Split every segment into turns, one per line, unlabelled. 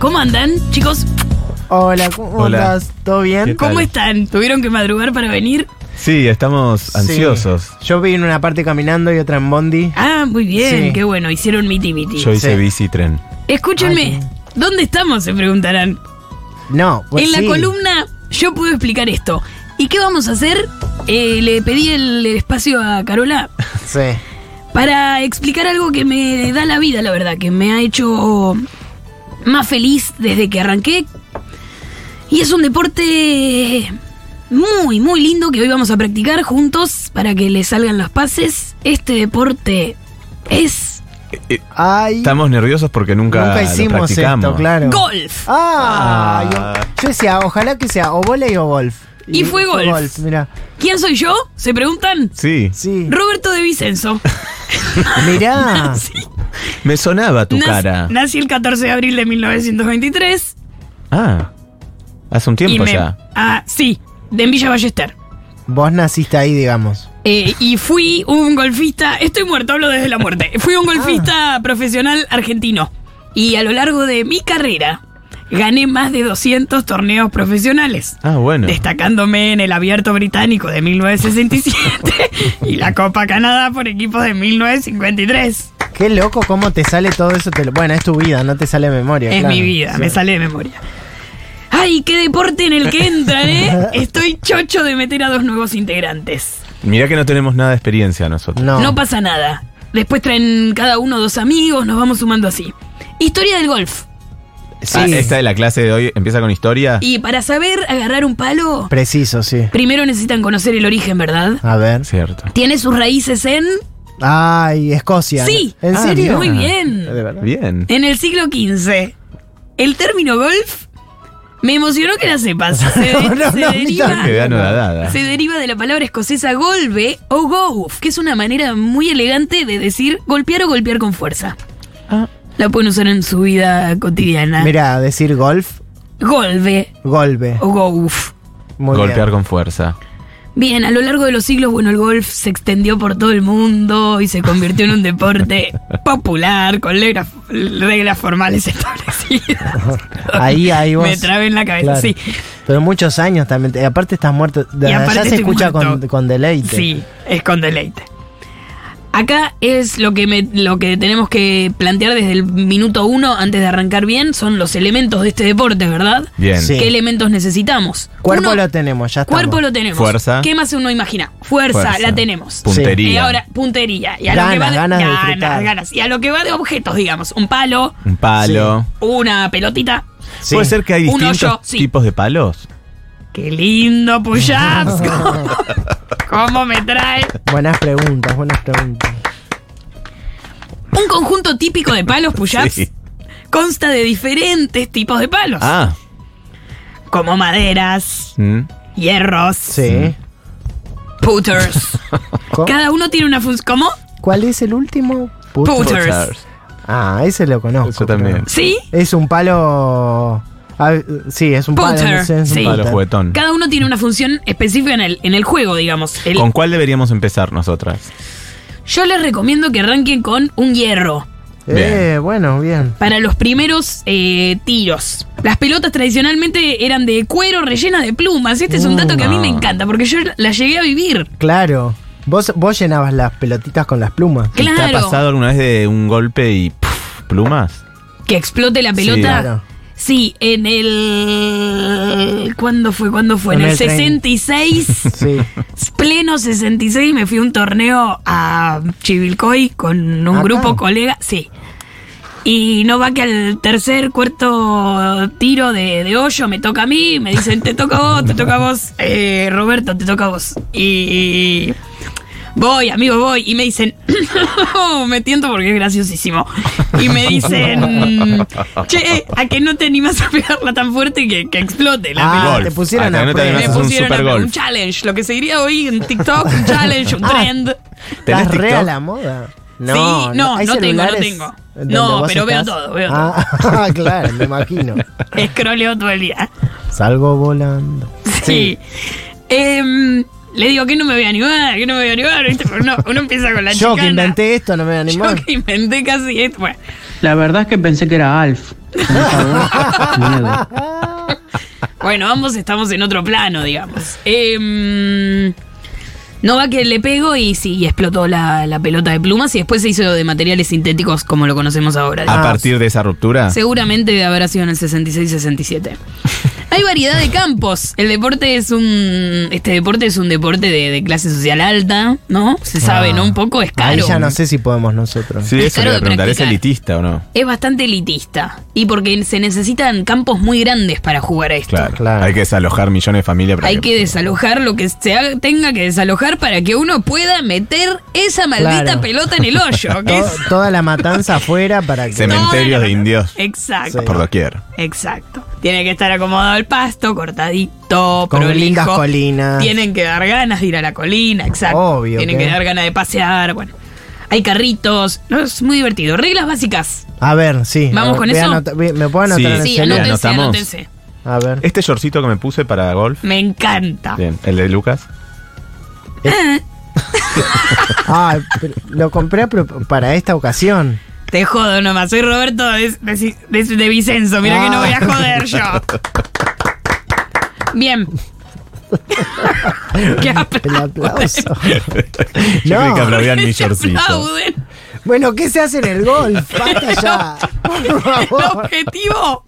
¿Cómo andan, chicos?
Hola, ¿cómo
Hola.
estás? ¿Todo
¿Qué
bien?
tal?
¿Cómo están? ¿Tuvieron que madrugar para venir?
Sí, estamos ansiosos.
Sí. Yo vi en una parte caminando y otra en Bondi.
Ah, muy bien,
Sí.
qué bueno, hicieron miti miti.
Yo hice
Sí.
bici tren.
Escúchenme,
Ay,
¿dónde estamos? Se preguntarán.
No, pues
en la
sí.
columna yo puedo explicar esto. ¿Y qué vamos a hacer? Eh, le pedí el espacio a Carola
Sí.
para explicar algo que me da la vida, la verdad, que me ha hecho más feliz desde que arranqué. Y es un deporte muy, muy lindo que hoy vamos a practicar juntos para que le salgan las pases. Este deporte es
Ay,
Estamos nerviosos porque nunca,
nunca
lo
hicimos
practicamos.
esto, claro.
golf.
Ah,
Ah.
Yo, yo decía, ojalá que sea o volei o golf.
Y fue golf.
mirá.
¿Quién soy yo? ¿Se preguntan?
Sí,
Sí.
Roberto de Vicenzo.
Mirá.
me sonaba Ah, tu
Nac-
cara.
Nací el 14 de abril de 1923.
Ah, hace un tiempo
me-
ya.
Ah, sí, de en Villa Ballester.
Vos naciste ahí, digamos.
Eh, y fui un golfista, estoy muerto, hablo desde la muerte. Fui un golfista profesional argentino. Y a lo largo de mi carrera gané más de 200 torneos profesionales.
Ah, bueno.
Destacándome en el Abierto Británico de 1967 y la Copa Canadá por equipos de 1953.
Qué loco cómo te sale todo eso. te lo- Bueno, es tu vida, no te sale de memoria.
Es
claro.
mi vida,
Sí.
me sale de memoria. ¡Ay, qué deporte en el que entran, eh! Estoy chocho de meter a dos nuevos integrantes.
Mirá que no tenemos nada de experiencia nosotros.
No.
No pasa nada. Después traen cada uno dos amigos, nos vamos sumando así. Historia del golf.
Sí.
Ah, esta de la clase de hoy empieza con historia.
Y para saber agarrar un palo,
Preciso, sí.
primero necesitan conocer el origen, ¿verdad?
A ver.
Cierto.
Tiene sus raíces en...
Ay, Escocia.
Sí.
¿En
Ah,
serio?
Muy
¿De
bien.
verdad?
Bien.
En el siglo XV. El término golf me emocionó que la sepas. Se,
No, no,
se
no, a mí
deriva,
Me da anodadada.
se deriva de la palabra escocesa golpe o golf, que es una manera muy elegante de decir golpear o golpear con fuerza.
Ah.
La pueden usar en su vida cotidiana.
Mira, decir golf,
Golbe
golpe.
o golf.
Muy
Golpear
bien.
con fuerza.
Bien, a lo largo de los siglos, bueno, el golf se extendió por todo el mundo y se convirtió en un deporte popular, con legra- reglas formales establecidas.
Ahí, ahí vos.
Me trabé en la cabeza,
Claro.
sí.
Pero muchos años también. te- aparte estás muerto. De
Y aparte
allá se
estoy
escucha con,
muerto.
con deleite.
Sí, es con deleite. Acá es lo que, me- lo que tenemos que plantear desde el minuto uno, antes de arrancar bien, son los elementos de este deporte, ¿verdad?
Bien.
Sí.
¿Qué elementos necesitamos?
Cuerpo
Uno-
lo tenemos, ya está.
Cuerpo lo tenemos.
Fuerza.
¿Qué más uno imagina? Fuerza,
Fuerza.
la tenemos.
Puntería.
Y ahora, puntería. Y a lo que
Ganas,
va de,
ganas de
ganas,
disfrutar.
ganas. Y a lo que va de objetos, digamos. Un palo,
Un palo.
una pelotita.
Sí.
Puede ser que hay
Un
distintos
hoyo, sí.
tipos de palos.
Qué lindo, push-ups. ¿Cómo, cómo me trae?
Buenas preguntas, buenas preguntas.
Un conjunto típico de palos, push-ups,
Sí.
consta de diferentes tipos de palos.
Ah.
Como maderas,
Mm.
hierros,
Sí.
putters.
Co-
Cada uno tiene una función. ¿Cómo?
¿Cuál es el último? Puto.
Puto. Putters.
Ah, ese lo conozco.
Yo también.
¿Sí?
pero- Es un palo. ah, sí, es un palo.
Putter,
sí, es un
sí.
Palo
putter.
juguetón.
Cada uno tiene una función específica en el, en el juego, digamos. El-
¿Con cuál deberíamos empezar nosotras?
Yo les recomiendo que arranquen con un hierro
Eh, bueno, bien.
para los primeros eh, tiros. Las pelotas tradicionalmente eran de cuero rellenas de plumas. Este es un dato que a mí
Ah.
me encanta porque yo la llegué a vivir.
Claro. Vos, vos llenabas las pelotitas con las plumas.
¿Y ¿Te ha
Claro.
pasado alguna vez de un golpe y puf, plumas?
Que explote la pelota. Sí,
Claro.
en el... ¿Cuándo fue? ¿Cuándo fue? En,
En
el,
el tren.
66.
Sí.
pleno 66 me fui a un torneo a Chivilcoy con un
Acá.
grupo colega. Sí. Y no va que al tercer, cuarto tiro de, de hoyo me toca a mí, me dicen, te toca a vos, te toca a vos, eh, Roberto, te toca a vos. Y voy, amigo, voy. Y me dicen, "Oh, me tiento porque es graciosísimo. Y me dicen, che, eh, a que no te animas a pegarla tan fuerte que, que explote la
Ah,
pelota.
te pusieron
Acá
a
no te
prueba.
animás a
Le
hacer un
pusieron
super
a- un
golf.
challenge, lo que se diría hoy en TikTok, un challenge, un
Ah,
trend.
¿Estás
TikTok?
re a la moda?
Sí, no,
¿hay
no tengo, no
celulares
tengo.
donde
No,
vos
pero veo todo, veo
ah, ah, claro, me imagino.
Escroleo todo el día.
Salgo volando.
Sí. Em, Le digo que no me voy a animar, que no me voy a animar, ¿viste? Pero no, uno empieza con la
Yo que
chicana.
inventé esto, no me voy a
Yo
animar.
que inventé casi esto. Bueno,
La verdad es que pensé que era Alf. Miedo.
Bueno, ambos estamos en otro plano, digamos. Em, no va que le pego y sí, y explotó la, la pelota de plumas y después se hizo de materiales sintéticos como lo conocemos ahora.
A
digamos.
partir de esa
Ah.
ruptura.
Seguramente debe haber sido en el 66-67. Hay variedad de campos. El deporte es un. Este deporte es un deporte de, de clase social alta, ¿no? Se sabe,
Ah.
¿no? Un poco es
Ahí
caro.
ya no sé si podemos nosotros.
Sí,
Es
eso
caro
le voy a
de
preguntar. ¿Es
practicar.
elitista o no?
Es bastante elitista. Y porque se necesitan campos muy grandes para jugar a esto.
Claro.
Claro.
Hay que desalojar millones de familias. para
Hay que desalojar lo que se haga- tenga que desalojar para que uno pueda meter esa maldita
Claro.
pelota en el hoyo. que
To-
es-
toda la matanza afuera para que.
Cementerios de indios.
Exacto.
Sí.
Por doquier.
Exacto. Tiene que estar acomodado el pasto, cortadito,
Con
prolijo.
lindas colinas.
Tienen que dar ganas de ir a la colina, exacto.
Obvio
Tienen
que-
que dar ganas de pasear, bueno. Hay carritos, no es muy divertido. Reglas básicas.
A ver, sí.
¿Vamos con
Voy a
eso?
anota- voy- ¿Me puedo anotar
Sí.
en el
Sí,
serio?
celular?
anótense,
Anotamos.
anótense.
A ver.
Este shortcito que me puse para golf.
Me encanta.
Bien. El de Lucas.
Ah, pero lo compré a pro- para esta ocasión.
Te jodo nomás, soy Roberto de, de, de- de Vicenzo, mira que no
Ah.
voy a joder yo. Bien. Qué
El
aplauso.
aplauso.
Yo
No.
creí que aplaudían mi
Te
shortcito.
aplauden.
Bueno, ¿qué se hace en el golf? Basta ya. Por
El
favor.
objetivo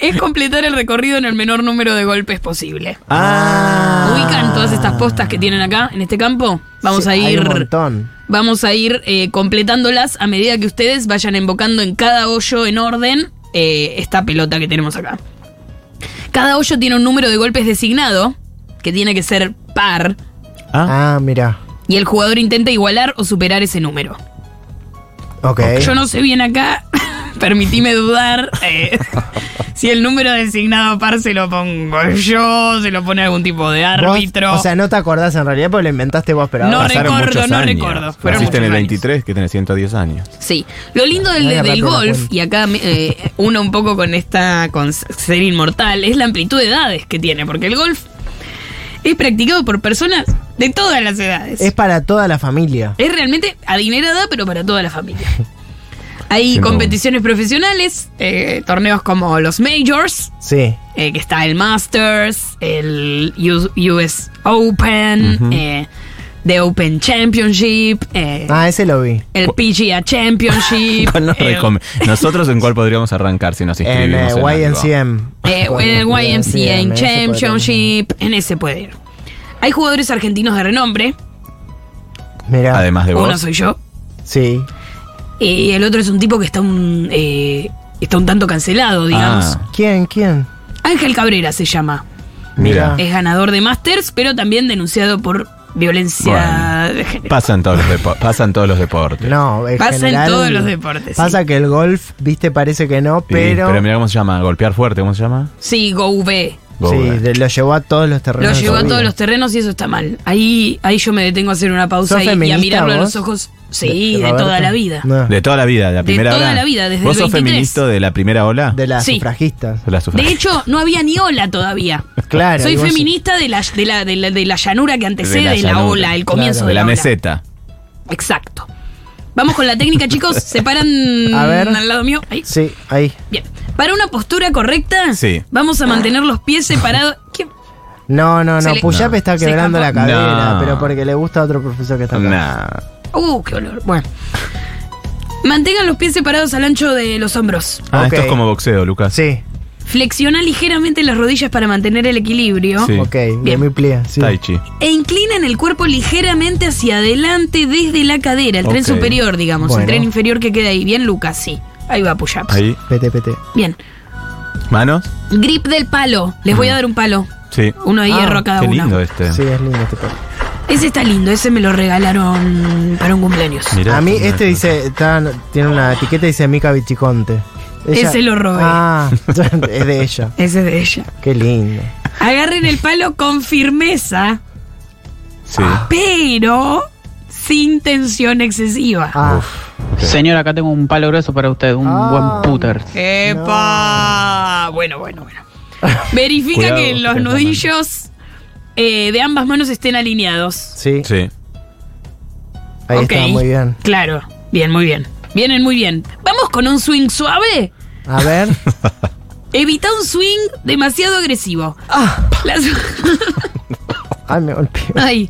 es completar el recorrido en el menor número de golpes posible.
Ah.
Ubican todas estas postas que tienen acá, en este campo. Vamos
Sí,
a
Hay un
ir.
montón.
Vamos a ir eh, completándolas a medida que ustedes vayan embocando en cada hoyo en orden eh, esta pelota que tenemos acá. Cada hoyo tiene un número de golpes designado, que tiene que ser par,
Ah.
Ah, mira.
y el jugador intenta igualar o superar ese número.
Ok.
Yo no sé bien acá, permitime dudar eh, si el número designado par se lo pongo yo, se lo pone algún tipo de
Vos-
árbitro.
o sea, no te acordás en realidad porque lo inventaste vos, pero
No
ahora-
Pasaron
recuerdo,
muchos
no
años.
recuerdo. Fueron
Naciste en el
muchos años.
23, que tenés 110 años.
Sí, lo lindo del,
No agarrate
del
una
golf,
cuenta.
y acá eh, uno un poco con esta con ser inmortal, es la amplitud de edades que tiene, porque el golf es practicado por personas de todas las edades.
es
Es,
para toda la familia.
realmente adinerada, pero para toda la familia. Hay
Sin duda.
competiciones profesionales, eh, torneos como los Majors,
Sí.
eh, que está el Masters, el U- US Open, eh, The Open Championship, eh,
Ah, ese lo vi.
el PGA Championship.
¿Cuál nos
el-
recome- Nosotros en cuál podríamos arrancar si nos
En
inscribimos.
eh,
algo?
YNCM.
Eh, o en el YMCA, en
ese podría-
Championship, en ese puede ir. Hay jugadores argentinos de renombre,
Mirá.
Además de
uno
vos.
soy yo,
Sí.
y el otro es un tipo que está un, eh, está un tanto cancelado, digamos.
Ah,
¿Quién? ¿Quién?
Ángel Cabrera se llama,
mira.
Ah.
es ganador de Masters, pero también denunciado por violencia
Bueno.
de género.
Pasan todos los, depo- pasan todos los deportes.
No, en
Pasa en
general,
todos los deportes,
Pasa
sí.
que el golf, viste, parece que no,
Sí,
pero.
pero mira cómo se llama. Golpear fuerte, ¿cómo se llama?
Sí, Go V.
Google.
sí, de- lo llevó a todos los
Lo
terrenos.
llevó a
de
todos
su
los
vida.
terrenos y eso está mal. Ahí, ahí yo me detengo a hacer una pausa
¿Sos
y, y a
feminista
mirarlo a
vos?
los ojos. Sí, de,
Roberto?
toda la vida.
No,
De toda la vida, de la
De
primera
toda
ola.
la vida, desde
¿Vos
el
sos
23.
feminista de la primera ola?
de las
Sí.
sufragistas.
De la
De
sufragista.
hecho, no había ni ola todavía.
Claro. y
Soy
vos-
feminista de la, de, la, de, la, de la llanura que antecede la,
llanura.
ola, el comienzo
Claro.
de
de
la,
la
ola.
meseta.
Exacto. Vamos con la técnica, chicos. Se paran
A ver.
al lado mío. Ahí.
Sí, ahí.
Bien. Para una postura correcta,
Sí.
vamos a mantener los pies separados. ¿Qué?
No, no,
Se
no.
le-
Puyap
No.
está
Se
quebrando la
escapó.
cadera,
No.
pero porque le gusta a otro profesor que está acá.
Nah.
Uh, qué olor. Bueno. Mantengan los pies separados al ancho de los hombros.
Ah,
Ok.
esto es como boxeo, Lucas.
Sí,
Flexiona ligeramente las rodillas para mantener el equilibrio.
Sí.
ok.
Bien.
Bien, muy plie. Sí.
Tai chi.
E inclinan el cuerpo ligeramente hacia adelante desde la cadera, el tren
Ok.
superior, digamos, el
Bueno.
tren inferior que queda ahí. Bien, Lucas, sí. Ahí va, push
Ahí.
Pete, pete.
Bien.
¿Manos?
Grip del palo. Les voy a dar un palo.
Sí.
Uno de
Ah,
hierro a cada
Mm. Qué
uno.
lindo este.
Sí, es lindo este perro.
Ese está lindo, ese me lo regalaron para un cumpleaños.
Mirá,
A mí
mirá.
este dice, está- tiene una etiqueta y dice Mica Bichiconte.
Ese lo robé.
Ah, es de ella.
Ese es de ella.
Qué lindo.
Agarren el palo con firmeza,
Sí.
Ah. pero sin tensión excesiva.
Ah,
Señor, acá tengo un palo grueso para usted, un
Ah.
buen puter.
¡Epa! Bueno, bueno, bueno. Verifica
Cuidado,
que los
Germán.
nudillos eh, de ambas manos estén alineados.
Sí,
Sí.
ahí
Ok.
está, muy bien.
Claro, bien, muy bien. Vienen muy bien. Vamos con un swing suave.
A ver.
Evita un swing demasiado agresivo.
Ah,
Las-
ay, me golpeó.
Ay,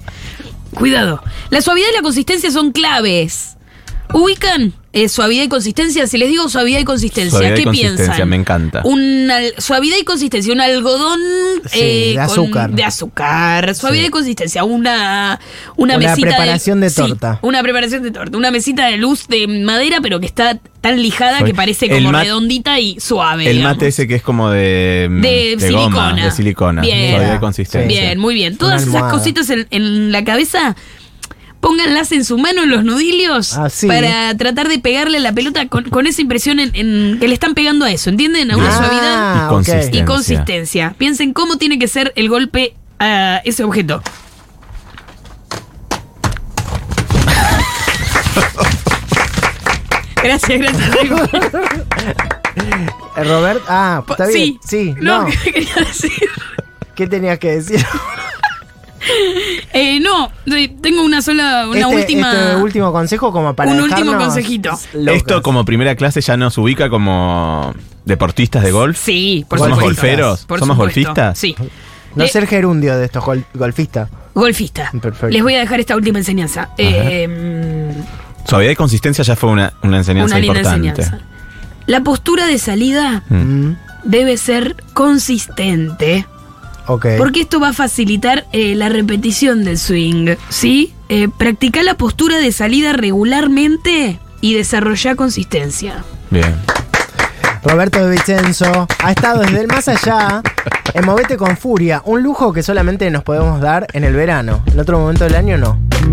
cuidado. La suavidad y la consistencia son claves. Ubican eh, suavidad y consistencia. Si les digo suavidad y consistencia,
Suavidad y
¿qué
consistencia,
piensan?
me encanta.
Un al- suavidad y consistencia, un algodón
Sí,
eh,
de
con-
azúcar.
de azúcar. Suavidad
Sí.
y consistencia, una, una
Una
mesita.
preparación de torta.
sí, una preparación de torta. Una mesita de luz de madera, pero que está tan lijada
Pues
Soy-
que parece
el
como
mat-
redondita y suave.
El
digamos.
mate ese que es como de. mm,
De
goma,
silicona.
de silicona.
Bien.
Suavidad y consistencia.
Bien, muy bien. Todas esas
almohada.
cositas en, en la cabeza, pónganlas en su mano, en los nudillos,
Ah, sí.
para tratar de pegarle la pelota con, con esa impresión en, en- que le están pegando a eso, ¿entienden? A una
Bien.
suavidad
Ah,
Y
ok.
consistente.
y
bien,
consistencia. Piensen cómo tiene que ser el golpe a ese objeto. Gracias, gracias. Raymond.
Eh, Robert, ah, está bien. Sí, no.
¿qué quería decir?
¿Qué tenías que decir?
Eh, no, eh, tengo una sola, una
este,
última.
este último consejo como para
un último
dejarnos
consejito.
locas.
Esto como primera clase ya nos ubica como deportistas de golf.
Sí, por
¿Somos
supuesto.
golferos?
Por
¿Somos
supuesto.
golfistas?
Sí.
No
Eh,
ser gerundio de estos gol- golfistas.
Golfista.
Perfecto.
Les voy a dejar esta última enseñanza. Eh, mm,
Suavidad y consistencia ya fue una, una enseñanza
una linda
importante.
enseñanza. La postura de salida
Mm,
debe ser consistente.
ok.
Porque esto va a facilitar eh, la repetición del swing, ¿sí? Eh, practica la postura de salida regularmente y desarrolla consistencia.
Bien.
Roberto de Vicenzo ha estado desde el más allá en Movete con Furia, un lujo que solamente nos podemos dar en el verano. En otro momento del año no.